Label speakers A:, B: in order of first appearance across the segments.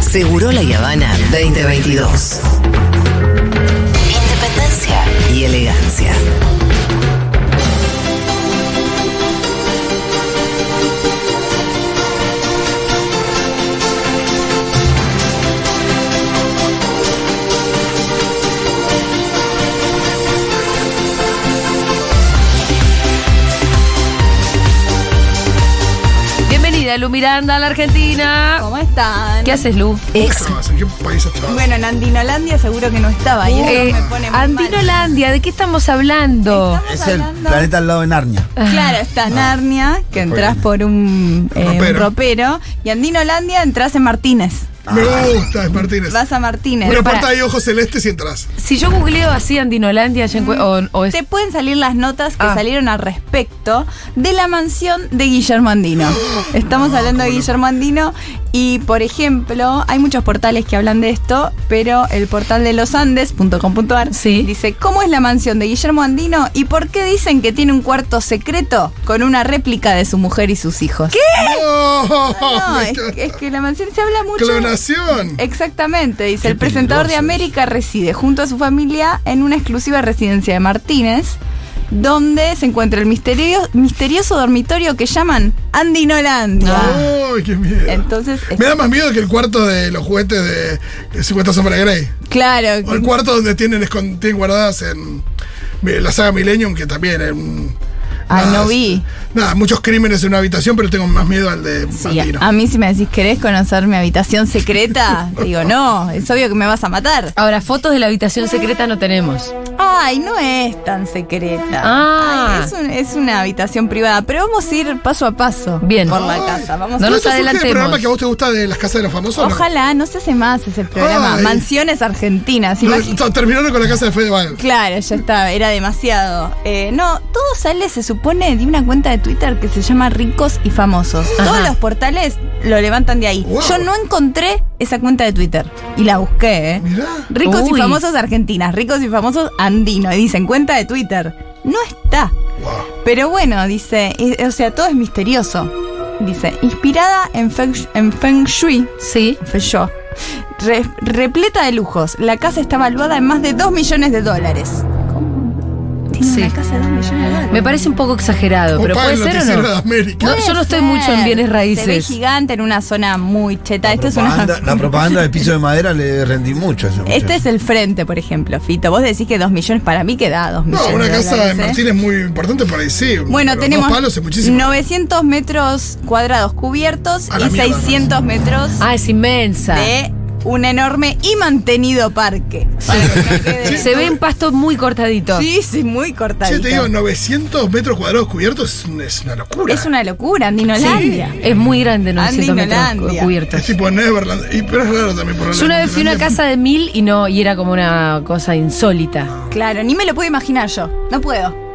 A: Seguro la Habana 2022. Independencia y elegancia.
B: Bienvenida, Lu Miranda, a la Argentina.
C: ¿Cómo están?
B: ¿Qué haces, Lu?
A: Ex
D: estabas? ¿En qué país estabas?
C: Bueno, en Andinolandia seguro que no estaba y eso
B: Eh,
C: me pone muy mal.
B: Andinolandia, ¿de qué estamos hablando?
C: Estamos
E: Es el
C: hablando-
E: planeta al lado de Narnia.
C: Claro, está Narnia, que entras por un, eh, un
D: Ropero.
C: ropero, y Andinolandia entras en Martínez.
D: Ah, Me gusta, es Martínez.
C: Vas a Martínez.
D: Una
B: para-
D: puerta de ojos celestes y entras.
B: Si yo googleo así Andinolandia, yo encue- o, o es-
C: Te pueden salir las notas que
B: Pues- Ah.
C: salieron al respecto de la mansión de Guillermo Andino. Estamos hablando de Guillermo Andino y, por ejemplo, hay muchos portales que hablan de esto, pero el portal de losandes.com.ar
B: Sí.
C: dice cómo es la mansión de Guillermo Andino y por qué dicen que tiene un cuarto secreto con una réplica de su mujer y sus hijos. ¿Qué? No,
D: ¡No! Oh,
C: es,
D: Me encanta.
C: es que la mansión se habla mucho.
D: ¡Clonación!
C: Exactamente, dice,
E: Qué
C: el presentador de
E: peligrosos.
C: América reside junto a su familia en una exclusiva residencia de Martínez, donde se encuentra el misterio- misterioso dormitorio que llaman Andinolandia.
B: Ah.
D: ¡Ay, qué miedo!
C: Entonces, es-
D: Me da más miedo que el cuarto de los juguetes de de 50 Sombras de Grey.
C: claro,
D: O el cuarto donde tienen, escon- tienen guardadas en en la saga Millennium, que también es un-
C: ay,
D: nada,
C: no vi.
D: Nada, muchos crímenes en una habitación, pero tengo más miedo al de
C: Sí,
D: Martino.
C: a mí si me decís, ¿querés conocer mi habitación secreta? Digo, no, es obvio que me vas a matar.
B: Ahora, fotos de la habitación secreta no tenemos.
C: Ay, no es tan secreta.
B: Ah.
C: Ay, es, un- es una habitación privada, pero vamos a ir paso a paso
B: Bien.
C: por la casa. Vamos
B: No
D: ¿No
B: nos
D: te surge
B: adelantemos.
D: el programa que a vos te gusta de las casas de los famosos? o no?
C: Ojalá no se hace más ese programa.
D: Ay.
C: Mansiones argentinas.
D: No,
C: imagínate.
D: t- terminaron con la casa de Fedeval.
C: Claro, ya está, era demasiado. Eh, no, todo sale, se supone, de una cuenta de Twitter que se llama Ricos y Famosos.
B: Ajá.
C: Todos los portales lo levantan de ahí.
D: Wow.
C: Yo no encontré esa cuenta de Twitter y la busqué, ¿eh?
D: Mirá.
C: Ricos
B: Uy.
C: y Famosos Argentinas, Ricos y Famosos Andino. Y dicen cuenta de Twitter. No está.
D: Wow.
C: Pero bueno, dice, y- o sea, todo es misterioso. Dice, inspirada en Feng, en feng Shui,
B: Sí.
C: fue yo. Re- repleta de lujos. La casa está valuada en más de 2 millones de dólares. Tiene
B: Sí.
C: una casa de 2 millones de dólares.
B: Me parece un poco exagerado, pero
D: Opa,
B: puede
D: el
B: ser o
D: noticiero de
B: no.
D: América.
B: No, yo no estoy
C: Puede
B: mucho en
C: ser.
B: bienes
C: Se ve
B: raíces.
C: gigante en una zona muy cheta. Esto es una.
E: Propaganda- La propaganda del piso de madera le rendí mucho. a ese muchacho.
C: Este es el frente, por ejemplo, Fito. Vos decís que 2 millones, para mí queda 2
D: No,
C: millones.
D: una
C: de
D: casa
C: dólares,
D: de
C: ¿eh?
D: Martínez muy importante por ahí, sí.
C: Bueno,
D: pero
C: tenemos
D: Dos palos es muchísimo.
C: 900 metros cuadrados cubiertos
D: A la
C: y
D: mierda,
C: 600 metros
B: Ah, es inmensa.
C: de un enorme y mantenido parque. Para que no quede-
D: Sí.
B: Se ve un pasto muy cortadito.
C: Sí, sí, muy cortadito.
D: Sí, te digo, 900 metros cuadrados cubiertos es, un- es una locura.
C: Es una locura, Andinolandia.
B: Es muy grande, no
C: Andy
B: siento metros
C: Nolandia.
B: cu- cubiertos.
D: Es tipo Neverland. Y, pero es raro también por
B: Yo una vez fui a una casa de mil y no, y era como una cosa insólita.
C: Claro, ni me lo puedo imaginar yo. No puedo.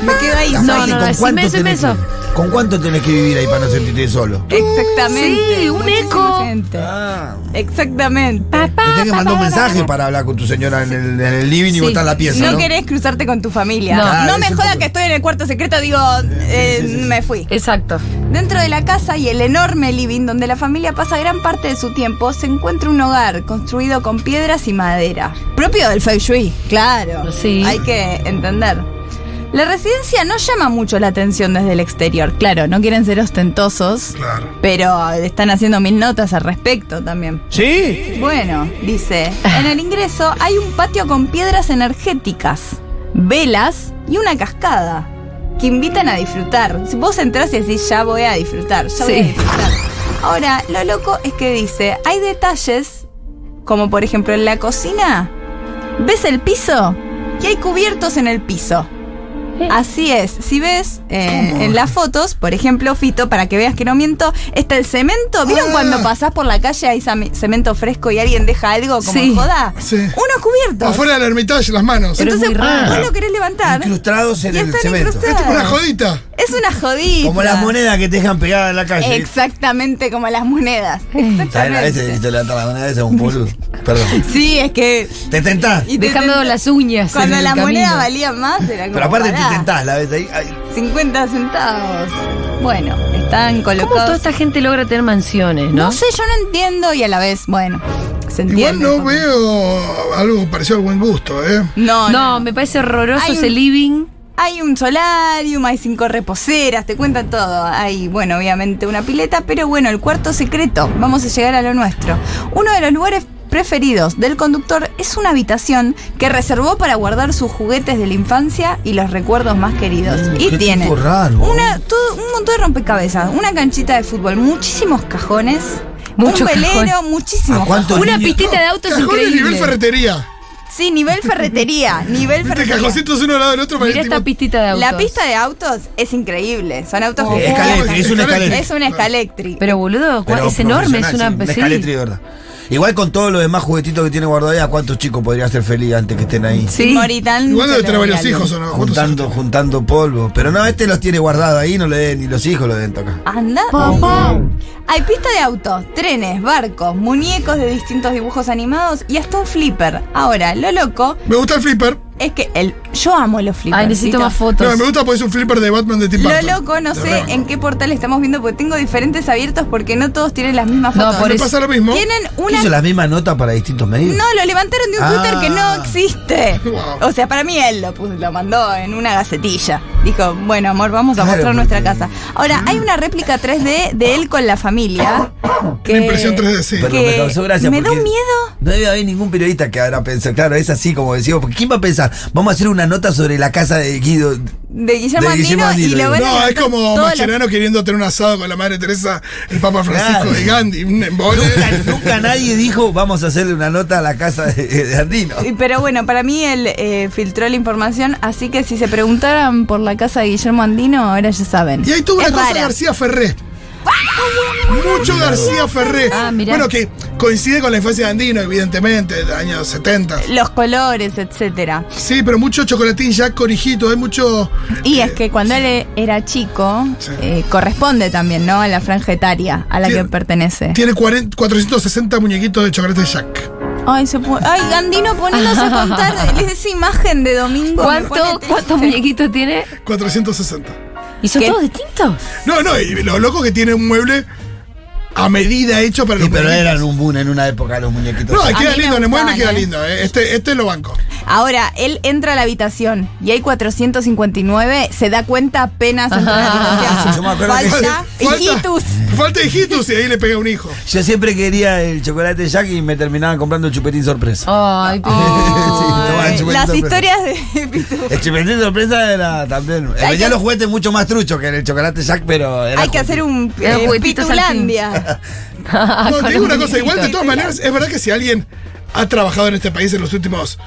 C: Me quedo ahí.
E: Aparte,
B: No,
C: sola.
B: no,
E: ¿con
B: es
E: cuánto
B: inmenso,
E: tenés
B: inmenso.
E: que- ¿Con cuánto tenés que vivir ahí para no sentirte solo?
C: Exactamente.
B: Sí, un
C: Muchísima
B: eco.
C: gente.
E: Ah,
C: Exactamente.
E: le tenés que mandar un mensaje para hablar con tu señora en el, en el living
B: Sí.
E: y botar la pieza.
C: No
E: ¿no?
C: querés cruzarte con tu familia.
B: No.
C: No,
E: Claro,
C: me
E: es un
C: jodas
E: poco-
C: que estoy en el cuarto secreto, digo, eh,
E: sí, sí, sí.
C: me fui.
B: Exacto.
C: Dentro de la casa y el enorme living donde la familia pasa gran parte de su tiempo, se encuentra un hogar construido con piedras y madera. Propio del Feng Shui, claro.
B: Sí.
C: Hay que entender. La residencia no llama mucho la atención desde el exterior. Claro, no quieren ser ostentosos,
D: Claro.
C: pero están haciendo mil notas al respecto también.
E: ¿Sí?
C: Bueno, dice, en el ingreso hay un patio con piedras energéticas, velas y una cascada que invitan a disfrutar. Si vos entras y decís, ya voy a disfrutar, ya voy a
B: Sí.
C: disfrutar. Ahora, lo loco es que dice, hay detalles, como por ejemplo en la cocina, ¿ves el piso? Y hay cubiertos en el piso.
B: Eh.
C: Así es, si ves eh, en las fotos, por ejemplo, Fito, para que veas que no miento, está el cemento. ¿Vieron
D: Ah.
C: cuando pasás por la calle hay same- cemento fresco y alguien deja algo como
B: Sí.
C: joda?
D: Sí.
C: Unos cubiertos.
D: Afuera del Hermitage, las manos.
B: Pero- es
C: Entonces
B: muy raro.
C: vos lo querés levantar.
E: Incrustados en
C: Y
E: el
C: están
E: cemento.
D: es tipo una
C: incrustados.
D: jodita.
C: Es una jodita.
E: Como las monedas que te dejan pegadas en la calle.
C: Exactamente como las monedas.
B: Eh.
E: ¿Sabes? A veces
C: Exactamente.
E: te levantas la moneda, esa es un boludo. Perdón.
C: Sí, es que.
E: Te tentás.
C: y te
B: Dejando
C: tenta-
B: las uñas.
C: Cuando
B: en el
C: la moneda
B: camino.
C: valía más, era como.
E: Pero aparte te
C: pará,
E: tentás, la ves ahí. ay,
C: 50 centavos. Bueno, están
B: ¿Cómo toda
C: colocados.
B: esta gente logra tener mansiones, no?
C: ¿no? sé, yo no entiendo y a la vez, bueno, se
D: Igual
C: entiende.
D: no
C: como-
D: veo algo parecido al buen gusto, ¿eh?
C: No, no,
B: No, me parece horroroso
C: Hay
B: ese
C: un-
B: living.
C: Hay un solarium, hay cinco reposeras, te cuentan todo. Hay, bueno, obviamente una pileta, pero bueno, el cuarto secreto. Vamos a llegar a lo nuestro. Uno de los lugares preferidos del conductor es una habitación que reservó para guardar sus juguetes de la infancia y los recuerdos más queridos.
E: Mm,
C: y
E: qué
C: tiene
E: tipo raro. ¿eh?
C: una todo- un montón de rompecabezas, una canchita de fútbol, muchísimos cajones,
B: Muchos
C: un velero,
B: cajones.
C: muchísimos.
E: ¿A cuántos
C: cajones.
B: Una
E: niños-
B: pistita de autos
D: Cajones nivel
B: Este increíble.
D: ferretería.
C: Sí, nivel ferretería, nivel
D: Viste,
C: ferretería.
D: cajoncitos uno al lado del otro para
B: Mira
D: el tipo-
B: esta pistita de autos.
C: La pista de autos es increíble. Son autos
E: Oh,
C: que-
E: escaléctrico, es un escaléctrico.
C: Es un escaléctrico.
B: Pero boludo,
E: Pero
B: es enorme, es una... pues
E: profesional, sí,
B: sí.
E: escaletri de verdad. Igual con todos los demás juguetitos que tiene guardado ahí, ¿a cuántos chicos podría ser feliz antes que estén ahí?
B: Sí.
C: Moritán
D: Igual
C: se
D: debe
C: lo
D: tener varios
C: regaló.
D: hijos o no. ¿Cuántos
E: Juntando,
D: hijos?
E: juntando polvo. Pero no, este los tiene guardado ahí, no le den, ni los hijos lo deben tocar.
C: Anda. Hay pista de autos, trenes, barcos, muñecos de distintos dibujos animados y hasta un flipper. Ahora, lo loco
D: Me gusta el flipper.
C: es que el, yo amo los flippers.
B: Ay, necesito más
D: No,
B: fotos.
D: me gusta porque es un flipper de Batman de Tim
C: Lo
D: Burton.
C: loco, no
D: De
C: sé
D: verdad.
C: en qué portal estamos viendo porque tengo diferentes abiertos porque no todos tienen las mismas
B: No,
C: fotos.
B: por
D: Me
B: eso-
D: pasa lo mismo.
C: Tienen
E: ¿Qué
C: una
E: hizo la misma nota para distintos medios?
C: No, lo levantaron de un
E: Ah.
C: Twitter que no existe.
D: Wow.
C: O sea, para mí él lo, puso- lo mandó en una gacetilla. Dijo, bueno, amor, vamos a
E: Claro,
C: mostrar
E: porque-
C: nuestra casa. Ahora, hay una réplica 3D de él con la familia. Que,
D: Una impresión 3D, sí.
E: Perdón,
C: que
E: me causó gracia.
C: me da
E: porque
C: un miedo.
E: No debe haber ningún periodista que habrá pensado. Claro, es así como decimos. Porque ¿quién va a pensar? Vamos a hacer una nota sobre la casa de Guido.
C: De Guillermo,
E: De Guillermo
C: Andino y
E: Andino,
C: lo van a
D: No, es
C: levantar
D: como
C: todos los-
D: Mascherano queriendo tener un asado con la madre Teresa, el Papa Francisco
E: Claro.
D: y Gandhi. Un embole.
E: Nunca, nunca nadie dijo, vamos a hacerle una nota a la casa de, de Andino.
C: Y- Pero bueno, para mí él eh, filtró la información, así que si se preguntaran por la casa de Guillermo Andino, ahora ya saben.
D: Y ahí tuvo una
C: Es
D: cosa
C: rara. Ah,
D: García Ferré. Mucho García Ferré.
B: Ah, mirá.
D: bueno, que coincide con la infancia de Andino, evidentemente, de años 70.
C: Los colores, etcétera.
D: Sí, pero mucho chocolatín ya conejito, hay mucho.
C: Y es que cuando él era chico,
D: Sí.
C: eh, corresponde también, ¿no? A la franja etaria a la
D: Tiene-
C: que pertenece.
D: Tiene 40 460 muñequitos de chocolate Jack.
C: Ay, se pone- Ay, Gandino poniéndose a contar esa imagen de domingo. me
B: ¿Cuánto,
C: pone
B: ¿Cuántos
C: triste.
B: muñequitos tiene?
D: 460.
B: ¿Y son
C: ¿Qué?
B: todos distintos?
D: No, no, y lo loco que tiene un mueble a medida hecho para
E: Sí,
D: los
E: pero
D: muñequitos.
E: eran un boom en una época los muñequitos.
D: No, y
C: A
D: queda
C: mí me
D: lindo, en el mueble
C: gustaban,
D: queda
C: ¿eh?
D: lindo. eh. Este, este lo banco.
C: Ahora, él entra a la habitación y hay 459, se da cuenta apenas entra a la habitación.
E: Sí, yo me acuerdo que-
C: Falta hijitus.
D: Falta hijitus y ahí le pega un hijo.
E: Yo siempre quería el chocolate Jack y me terminaban comprando el chupetín sorpresa.
B: Ay, pero-
E: toma el
C: Ay,
E: chupetín
C: Oh, eh, Las
E: sorpresa.
C: historias de Pitu.
E: El chupetín sorpresa era también. eh,
C: Hay
E: Venían
C: que-
E: los juguetes mucho más truchos que en el chocolate Jack, pero. era
C: Hay que
E: juguete.
C: hacer un
B: Eran
C: eh,
B: juguetitos al fin.
C: Pitulandia. Ah,
D: No, te digo una cosa, igual de
B: muñequitos.
D: todas maneras, es verdad que si alguien ha trabajado en este país en los últimos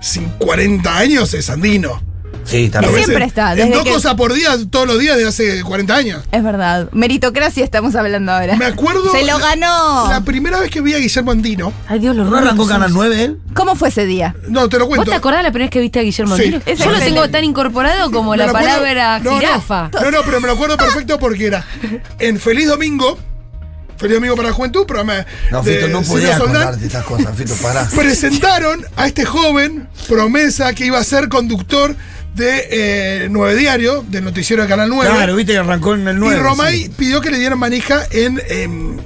D: 50, 40 años es andino.
E: Sí,
D: Lo
E: también.
D: ves
C: Siempre
D: en-
C: está,
D: En
C: desde
D: dos
C: que-
D: cosas por día, todos los días desde hace 40 años.
C: Es verdad. Meritocracia estamos hablando ahora.
D: Me acuerdo.
C: Se lo
D: la-
C: ganó.
D: La primera vez que vi a Guillermo Andino.
B: Ay, Dios, lo
E: ¿No
B: raro
E: arrancó
B: que son.
E: Canal 9 él?
C: ¿Cómo fue ese día?
D: No, te lo
B: ¿Vos
D: cuento.
B: te acordás la primera vez que viste a Guillermo
D: Sí.
B: Andino?
D: Es
B: Yo lo
C: excelente.
B: tengo tan incorporado como
D: Me
B: la
D: lo acuerdo-
B: palabra
D: no, no.
B: jirafa.
D: No, no, pero me lo acuerdo perfecto porque era en Feliz Domingo. Feliz Domingo para la Juventud, programa
E: No,
D: de
E: Fito, no
D: Silvio
E: podía
D: Eh, Soldán.
E: acordarte estas cosas, Fito, pará.
D: presentaron a este joven promesa que iba a ser conductor de eh, Nueve Diario, del noticiero de Canal 9.
E: Claro, viste que arrancó en el 9.
D: y Romay
E: sí.
D: pidió que le dieran manija en... em,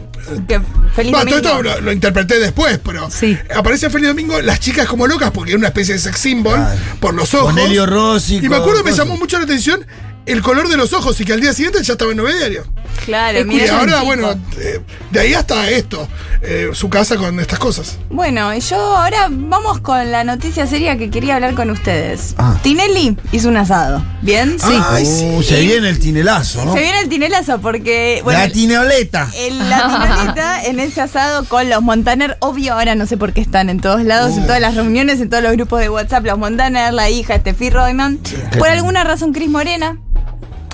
C: Que feliz
D: bueno, todo
C: domingo.
D: esto lo, lo interpreté después, pero
B: Sí.
D: aparece en Feliz Domingo las chicas como locas porque era una especie de sex symbol
E: Claro.
D: por los ojos.
E: Con Elio Rossi.
D: y me acuerdo que me
E: con-
D: llamó mucho la atención el color de los ojos y que al día siguiente ya estaba en Nueve Diario.
C: Claro,
D: Y
C: mira.
D: ahora, bueno, eh, de ahí hasta esto, eh, su casa con estas cosas.
C: Bueno, y yo ahora vamos con la noticia seria que quería hablar con ustedes.
E: Ah.
C: Tinelli hizo un asado. ¿Bien?
E: Ay, sí. Ah, uh, Se viene el tinelazo, ¿no?
C: Se viene el tinelazo porque. Bueno,
E: oh.
C: eh,
E: la tineoleta.
C: el- la tinelita en ese asado con los Montaner, obvio, ahora no sé por qué están en todos lados, en todas las reuniones, en todos los grupos de WhatsApp, los Montaner, la hija, este Steffi Royman. Por alguna razón, Cris Morena.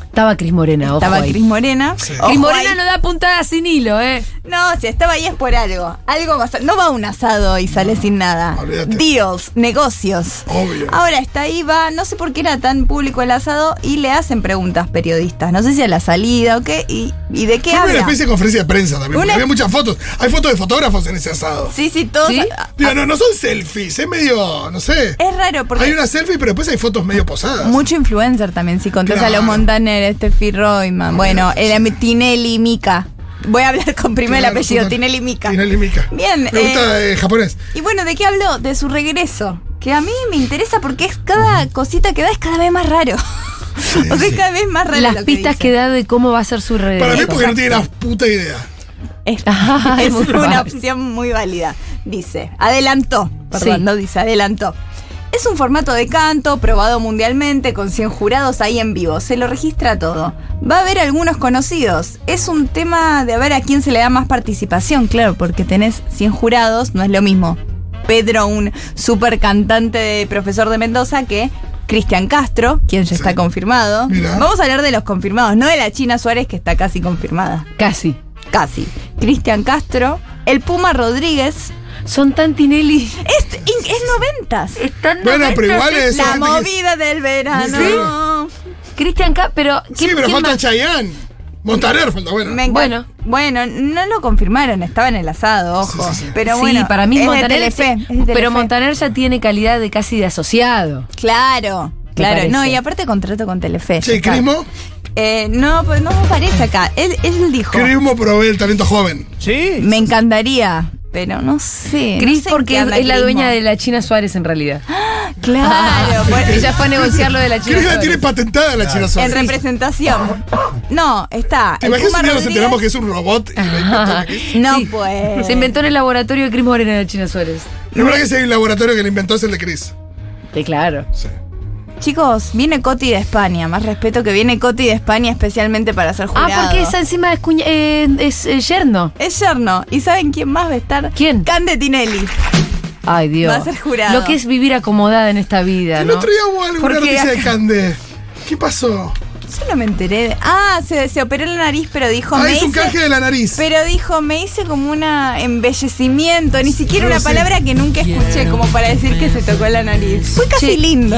B: Estaba Cris Morena, ojo
C: Estaba
B: ahí.
C: Cris Morena. Ojo
B: Cris Morena
C: ahí.
B: no da puntada sin hilo, ¿eh?
C: No, si estaba ahí es por algo. Algo pasó. No va a un asado y sale sin nada.
D: olvídate.
C: Deals, negocios.
D: Obvio.
C: Ahora está ahí, va. No sé por qué era tan público el asado y le hacen preguntas periodistas. No sé si a la salida o qué. ¿Y, y de qué
D: Fue una
C: habla?
D: especie de conferencia de prensa también, porque
C: Una-
D: había muchas fotos. Hay fotos de fotógrafos en ese asado.
C: Sí, sí, todos.
B: ¿Sí?
D: Digo, no, no son selfies, es medio, no sé.
C: Es raro Eh, porque
D: Hay una selfie, pero después hay fotos medio posadas.
C: mucho influencer también. Si contás a los
D: Claro.
C: Montaner era Steffi Royman. Bueno, era mi- Tinelli Mika. Voy a hablar con primero el
D: Claro,
C: apellido,
D: total.
C: Tinelli Mika.
D: Tinelli Mika.
C: Bien,
D: Me gusta eh, japonés.
C: Y bueno, ¿de qué habló? De su regreso. Que a mí me interesa porque es cada cosita que da es cada vez más raro. o sea, es cada vez más raro.
B: Las
C: lo
B: pistas que,
C: que,
B: da de cómo va a ser su red.
D: Para mí porque no tiene la puta idea.
C: dice.
B: Ay,
C: es
B: muy
C: una
B: mal.
C: opción muy válida. Dice, adelantó. Perdón,
B: Sí.
C: no dice, adelantó. Es un formato de canto probado mundialmente con 100 jurados ahí en vivo. Se lo registra todo. Va a haber algunos conocidos. Es un tema de ver a quién se le da más participación, claro, porque tenés 100 jurados, no es lo mismo. Pedro, un super cantante de profesor de Mendoza, que Cristian Castro, quien ya está confirmado.
D: Mirá.
C: Vamos a hablar de los confirmados, no de la China Suárez, que está casi confirmada.
B: Casi.
C: Casi. Cristian Castro. El Puma Rodríguez.
B: Son tan Tinelli.
C: Es, in- es noventas.
D: Bueno, pero igual es...
C: La
D: gente que-
C: movida del verano.
D: Sí.
B: Cristian K, pero.
D: Sí,
B: ¿quién-
D: pero
B: quién
D: falta
B: más?
D: Chayanne. Montaner falta, bueno.
C: Me encan-
B: Bueno.
C: Bueno, no lo confirmaron, estaba en el asado, ojo.
D: Sí, sí, sí.
C: Pero
B: sí,
C: bueno,
B: para mí
C: es de
B: Montaner.
C: Telefe, es de Telefe.
B: pero Montaner ya tiene calidad de casi de asociado.
C: Claro, claro.
B: parece.
C: No, y aparte contrato con Telefe.
D: Che,
C: Acá.
D: Crismo,
C: Eh, no, pues no aparece acá. Él, él dijo,
D: Crismo provee el talento joven.
F: Sí.
C: me encantaría, pero no sé.
B: Cris,
C: no sé en
B: porque
C: qué
B: es,
C: anda
B: es la
C: Crismo.
B: dueña de la China Suárez en realidad.
C: Claro, por-
B: Ella fue a negociar lo de la China
D: Cris la
B: Suárez.
D: tiene patentada la China
C: en
D: Suárez.
C: representación. No, está.
D: ¿Te
C: el
D: imaginas
C: Puma
D: un día nos
C: Rodríguez.
D: enteramos que es un robot? Y lo inventó Cris?
C: No,
B: Sí.
C: pues.
B: Se inventó en el laboratorio de Cris Morena la China Suárez.
D: La verdad que ese laboratorio que le inventó es el de Cris.
B: Sí, claro.
C: Chicos, viene Coti de España. Más respeto que viene Coti de España especialmente para ser jurado.
B: Ah, porque esa encima es, cuña- eh, es eh, yerno.
C: Es yerno. ¿Y saben quién más va a estar?
B: ¿Quién?
C: Cande Tinelli.
B: Ay, Dios.
C: Va a ser jurado.
B: Lo que es vivir acomodada en esta vida,
D: El
B: ¿no?
D: otro día hubo alguna
B: Porque
D: noticia de
B: acá-
D: Cande. ¿Qué pasó?
C: Yo no me enteré. de- Ah, se, se operó la nariz, pero dijo...
D: Ah,
C: me
D: es un
C: hice-
D: canje de la nariz.
C: Pero dijo, me hice como una embellecimiento, ni siquiera
D: No
C: una
D: sé.
C: palabra que nunca escuché como para decir que se tocó la nariz. Fue casi
B: Che.
C: lindo.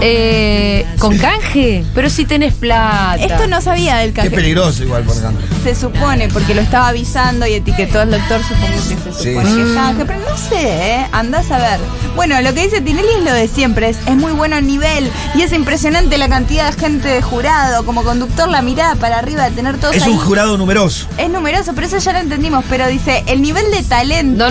B: Eh, ¿Con canje? Pero si tenés plata.
C: Esto no sabía del
E: Qué
C: café.
E: peligroso igual, por ejemplo.
C: Se supone, porque lo estaba avisando y etiquetó al doctor, supongo que se
E: Sí.
C: supone
B: Mm.
C: que es canje, pero no sé, ¿eh? andás a ver. Bueno, lo que dice Tinelli es lo de siempre, es, es muy bueno el nivel y es impresionante la cantidad de gente de jurado, como conductor la mirada para arriba, de tener todos
E: Es
C: ahí.
E: un jurado numeroso.
C: es numeroso, pero eso ya lo entendimos, pero dice, el nivel de talento.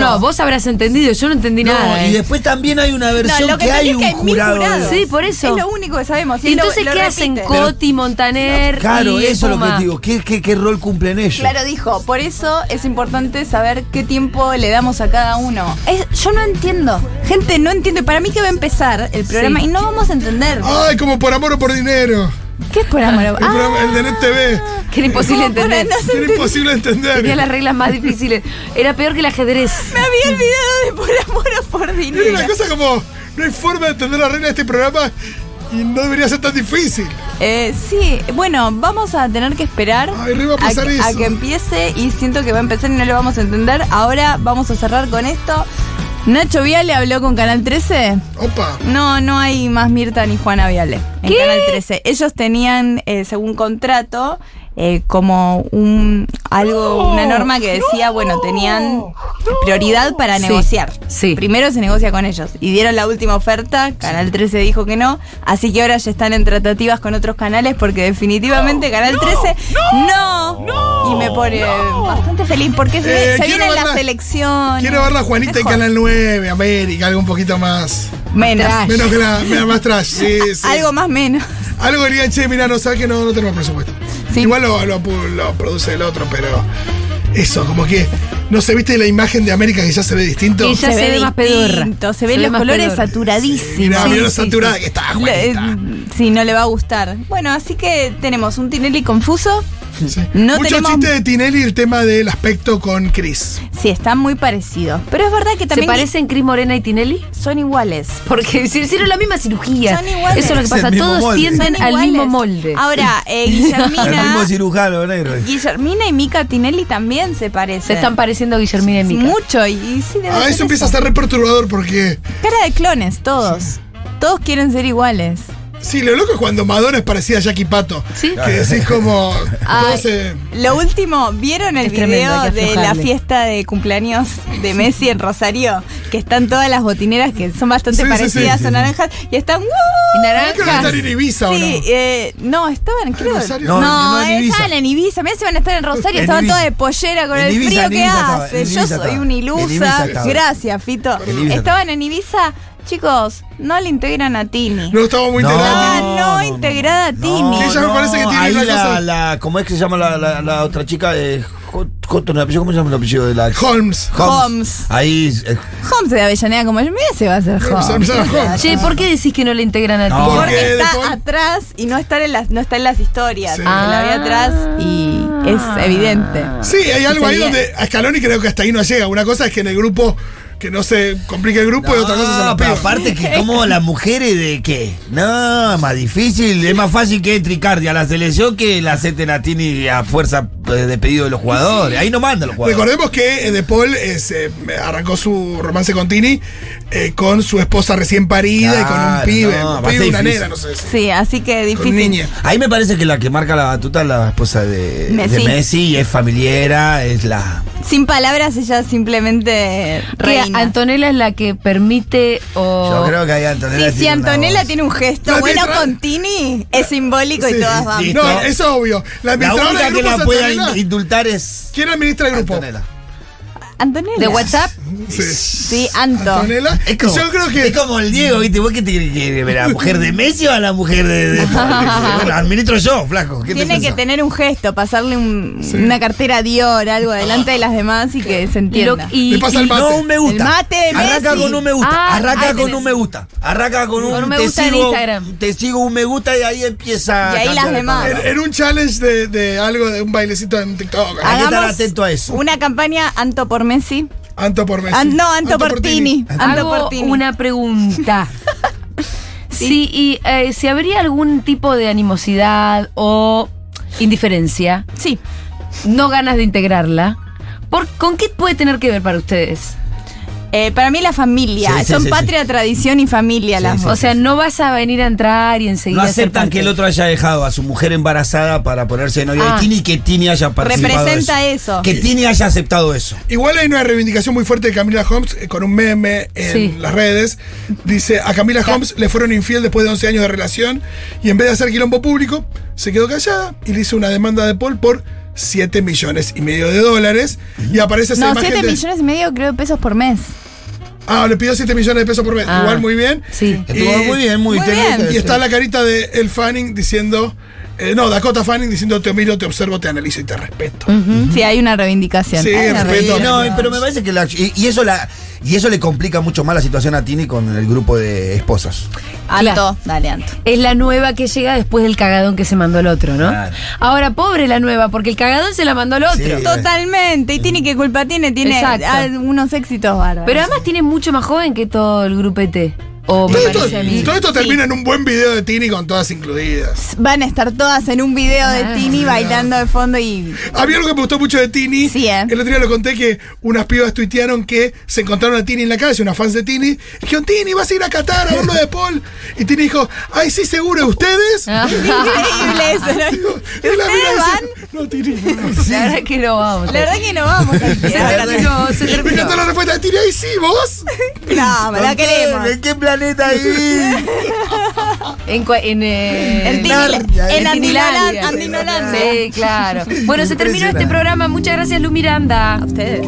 B: No, no, vos habrás entendido, yo no entendí nada.
E: No, y
B: ¿eh?
E: después también hay una
C: No,
E: versión
C: lo
E: que,
C: que,
E: hay
C: entendí
E: un
C: es que hay mil
E: jurado.
C: jurados.
B: Sí, por eso.
C: Es lo único que sabemos.
B: ¿Y
C: él lo-
B: entonces
C: lo
B: qué hacen
C: repite.
B: Coti, Montaner?
E: Claro,
B: y
E: eso es lo que
B: Puma?
E: te digo. ¿Qué, qué, qué rol cumplen ellos?
C: Claro, dijo, por eso es importante saber qué tiempo le damos a cada uno. Es- yo no entiendo. Gente, no entiendo. Y Para mí que va a empezar el programa
B: Sí.
C: y no vamos a entender.
D: Ay, como por amor o por dinero.
C: ¿Qué es por amor?
D: El, programa- el de Net TV.
B: Ah, Que era imposible entender.
D: Era imposible entender.
B: Tenía las reglas más difíciles. Era peor que el ajedrez.
C: Me había olvidado de por amor o por
D: Era una
C: dinero.
D: cosa como, no hay forma de entender la regla de este programa y no debería ser tan difícil.
C: Eh, sí, bueno, vamos a tener que esperar
D: Ay, re va a pasar
C: que-
D: eso.
C: que empiece y siento que va a empezar y no lo vamos a entender. Ahora vamos a cerrar con esto. Nacho Viale habló con Canal 13.
D: Opa.
C: No, no hay más Mirta ni Juana Viale en Canal 13. Ellos tenían, eh, según contrato, eh, como un algo, una norma que decía, bueno, tenían prioridad para
B: Sí,
C: negociar.
B: sí.
C: Primero se negocia con ellos y dieron la última oferta. Canal 13 dijo que no, así que ahora ya están en tratativas con otros canales porque definitivamente Canal 13 no. y me pone bastante feliz porque se,
D: Eh,
C: se
D: quiero
C: vienen
D: verla-
C: las elecciones.
D: Quiero ver la Juanita en
C: Mejor.
D: Canal 9, América, algo un poquito más.
C: Menos.
B: Trash.
D: Menos que la- mira, más trash. Sí, sí.
C: Algo más menos.
D: Algo dirían, che, mira, no sabes que no, no tenemos presupuesto.
C: Sí.
D: Igual lo, lo pu- lo produce el otro, pero. Eso, como que. No sé, viste la imagen de América que ya se ve distinto.
B: Y ya se ve más
C: distinto,
B: pedorra.
C: Se ven
B: Se ve
C: los
B: más
C: colores
B: pedorra.
C: saturadísimos.
D: Mirá,
C: Sí,
D: mirá lo
C: sí,
D: saturada
C: sí.
D: que está,
C: Le-
D: Juanita.
C: Sí, no le va a gustar. Bueno, así que tenemos un Tinelli confuso.
D: Sí.
C: Eh, no
D: Mucho
C: tenemos-
D: chiste de Tinelli y el tema del aspecto con Chris.
C: Sí, están muy parecidos. Pero es verdad que
B: ¿Se
C: también
B: parecen Cris Morena y Tinelli?
C: son iguales.
B: Porque se hicieron la misma cirugía.
C: Son iguales.
B: Eso es lo que
E: Es el
B: pasa.
E: mismo
B: Todos
E: molde.
B: tienden
C: Son
B: al
C: iguales.
B: mismo molde.
C: Ahora, eh,
E: El mismo
C: Guillermina.
E: cirujano negro.
C: Guillermina y Mica Tinelli también se parecen.
B: se están pareciendo a Guillermina y Mica.
C: Mucho. Y, y sí, debe
D: Ah,
C: ser
D: eso empieza a ser re perturbador porque.
C: Cara de clones, todos. Todos quieren ser iguales.
D: Sí, lo loco es cuando Madonna es parecida a Jackie Pato.
B: Sí.
D: Que decís como.
C: Ay,
D: todo se-
C: Lo último, ¿vieron el
B: Es tremendo,
C: video
B: hay que
C: de la
B: aflojarle.
C: fiesta de cumpleaños de Messi en Rosario? que están todas las botineras que son bastante
D: Sí, sí,
C: parecidas
D: sí,
C: a
E: sí.
C: naranjas y están. ¡uh!
D: Creo que van a estar en Ibiza o
C: Sí,
D: no.
C: eh, no, estaban, creo.
D: Rosario?
E: No,
C: No,
E: no en
C: eh,
E: Ibiza.
C: estaban en Ibiza. Mirá si van a estar en Rosario,
E: En
C: estaban
E: Ibiza.
C: todas de pollera con
E: En
C: el
E: Ibiza,
C: frío
E: en
C: que
E: Ibiza estaba,
C: hace.
E: en
C: Yo
E: Ibiza
C: soy
E: estaba.
C: una
E: En Ibiza
C: ilusa.
E: estaba.
C: Gracias, Fito.
E: En Ibiza
C: Estaban en Ibiza, chicos, no le integran a Tini.
D: No estaba muy
E: No,
C: Ah,
D: enterados.
C: no, integrada a Tini.
D: Que ella me parece que tiene
E: ahí
D: una
E: la,
D: cosa-
E: la- ¿Cómo es que se llama la, la- la otra chica? Eh, Hot- Houghton, el apellido, ¿Cómo se llama el apellido de la
D: Holmes.
C: Holmes.
E: Ahí. eh,
C: Holmes de Avellaneda, como yo, mira, se va a hacer
D: Holmes,
C: Holmes.
D: Holmes, Holmes.
B: Che, ¿por qué decís que no le integran a ti?
E: No.
D: Porque
C: Porque está
D: después-
C: atrás y no está en las, no está en las historias.
D: Sí.
C: Se la ve atrás y es
E: Ah.
C: evidente.
D: Sí, hay algo ahí
C: Sería-
D: donde a Scaloni creo que hasta ahí no llega. Una cosa es que en el grupo, que no se complique el grupo, y Pues, otra cosa son
E: no,
D: los
E: pero
D: pibes.
E: aparte que como las mujeres de qué? No, más difícil, es más fácil que Tricardia la selección que la acepten a Tini a fuerza eh, de pedido de los jugadores. Ahí no mandan los jugadores.
D: Recordemos que eh, De Paul eh, se- arrancó su romance con Tini eh, con su esposa recién parida y con un
E: Claro,
D: pibe,
E: no,
D: un
E: va a
D: pibe
E: ser
D: una
E: difícil.
D: nena, no sé. sí,
C: Sí, así que
D: Con
C: difícil.
D: niña.
E: Ahí me parece que la que marca la batuta es la esposa de de Messi,
C: Messi.
E: es familiera, es la...
C: Sin palabras, ella simplemente
B: Que
C: reina.
B: Antonella es la que permite o.
E: Yo creo que ahí Antonella...
C: Oh. Sí, si
E: tiene una
C: Antonella
E: voz.
C: tiene un gesto
D: La
C: bueno
D: tetra-
C: con Tini, es simbólico y
D: Sí.
C: todas vamos.
E: Listo.
D: No, es obvio. La
E: La
D: administradora
E: única
D: del
E: que
D: grupo
E: la
D: es
E: pueda
D: Antonella.
E: in- indultar es
D: ¿Quién administra el grupo?
E: Antonella.
C: Antonella.
B: ¿De WhatsApp?
D: Sí.
C: Sí, Anto.
D: Antonella.
E: Es como,
D: Yo creo que
E: es como el Diego, ¿viste? ¿Vos qué te crees que eres? ¿La mujer de Messi o a la mujer de, de Paul? Bueno, administro yo, flaco. ¿qué te
C: Tiene que
E: pensás?
C: tener un gesto, pasarle un- una cartera Dior, algo delante
E: Ah.
C: de las demás y que se
B: Y lo-
C: entienda.
B: y-
D: Le pasa el
B: y-
D: mate.
E: No, un me gusta.
C: El mate de
E: Arranca
C: Messi.
E: con un me gusta.
B: Ah,
E: arranca
B: ahí
E: con
B: tenés.
E: un me gusta. Arranca con un,
B: Con un me
E: te
B: gusta en
E: sigo-
B: Instagram.
E: Te sigo un me gusta y ahí empieza.
C: Y ahí
E: a
C: las
E: cambiar el
C: demás.
E: panorama.
D: en, en un challenge de, de algo, de un bailecito en TikTok.
E: Ah. Hay que estar atento a eso.
C: Una campaña Anto por Messi.
D: Anto por Messi.
C: An- ah, no, Anto, por Tini. Anto
B: Hago
C: por Tini.
B: una pregunta. Sí, y eh, si habría algún tipo de animosidad o indiferencia,
C: Sí.
B: no ganas de integrarla, ¿por, ¿con qué puede tener que ver para ustedes?
C: Eh, para mí la familia.
E: Sí, sí,
C: Son
E: sí,
C: patria, tradición y familia
E: Sí,
C: las
E: sí.
C: dos.
B: O sea, no vas a venir a entrar y enseguida.
E: No
B: ser
E: aceptan
B: parte.
E: que el otro haya dejado a su mujer embarazada para ponerse de novia
B: Ah.
E: de Tini y que Tini haya participado. de
C: Representa eso.
E: Que Tini haya aceptado eso.
D: Igual hay una reivindicación muy fuerte de Camila Holmes eh, con un meme en
B: Sí.
D: las redes. Dice, a Camila Holmes le fueron infiel después de 11 años de relación y en vez de hacer quilombo público, se quedó callada y le hizo una demanda de Paul por 7 millones y medio de dólares. Y aparece esa
C: No,
D: imagen
C: 7
D: de-
C: millones y medio creo de pesos por mes.
D: Ah, le pidió 7 millones de pesos por mes.
B: Ah.
D: Igual muy bien.
B: Sí.
E: Estuvo
D: Y-
E: muy bien,
C: Muy
E: muy, inteligente.
C: bien.
D: Y está la carita de El Fanning diciendo... eh, no, Dakota Fanning diciendo te miro, te observo, te analizo y te respeto.
B: Mm.
C: Sí, hay una reivindicación.
D: Sí,
C: Hay una
D: respeto.
E: Sí,
C: reivindicación.
E: no, pero me parece que la, y, y eso la y eso le complica mucho más la situación a Tini con el grupo de esposas.
C: Anto, dale, Anto.
B: Es la nueva que llega después del cagadón que se mandó el otro, ¿no?
E: Claro.
B: Ahora, pobre la nueva, porque el cagadón se la mandó el otro.
E: Sí.
C: Totalmente. Y tiene que culpa tiene, tiene
B: Exacto.
C: ah, unos éxitos bárbaros.
B: Pero además tiene mucho más joven que todo el grupete. O me
D: Todo esto,
B: parece a mí.
D: todo esto termina en un buen video de Tini con todas incluidas.
C: van a estar todas en un video
B: Ah.
C: de Tini bailando de fondo y
D: Había algo que me gustó mucho de Tini.
C: Sí, eh.
D: El otro día lo conté que unas pibas tuitearon que se encontraron a Tini en la calle, unas fans de Tini. Dijeron, Tini, vas a ir a Qatar a ver lo de Paul. Y Tini dijo, ay, sí, seguro, ¿ustedes?
C: increíble eso. ¿no?
D: Y la mina
C: ¿Ustedes van?
D: dice, No, Tini. no".
B: La verdad que no vamos.
C: La verdad que no vamos. a
B: se terminó, se
D: Me
B: terminó.
D: encantó la respuesta de Tini, ay, sí, vos.
C: No, la queremos.
E: ¿En qué planeta vivís?
B: En, cua- en, eh,
C: El Tini,
E: Narnia,
C: en
E: eh.
C: Andinolan-
B: Tinilandia.
C: Andinolandia.
B: Sí, claro. Bueno, se terminó
E: Impresionante.
B: este programa. Muchas gracias, Lu Miranda.
C: Ustedes.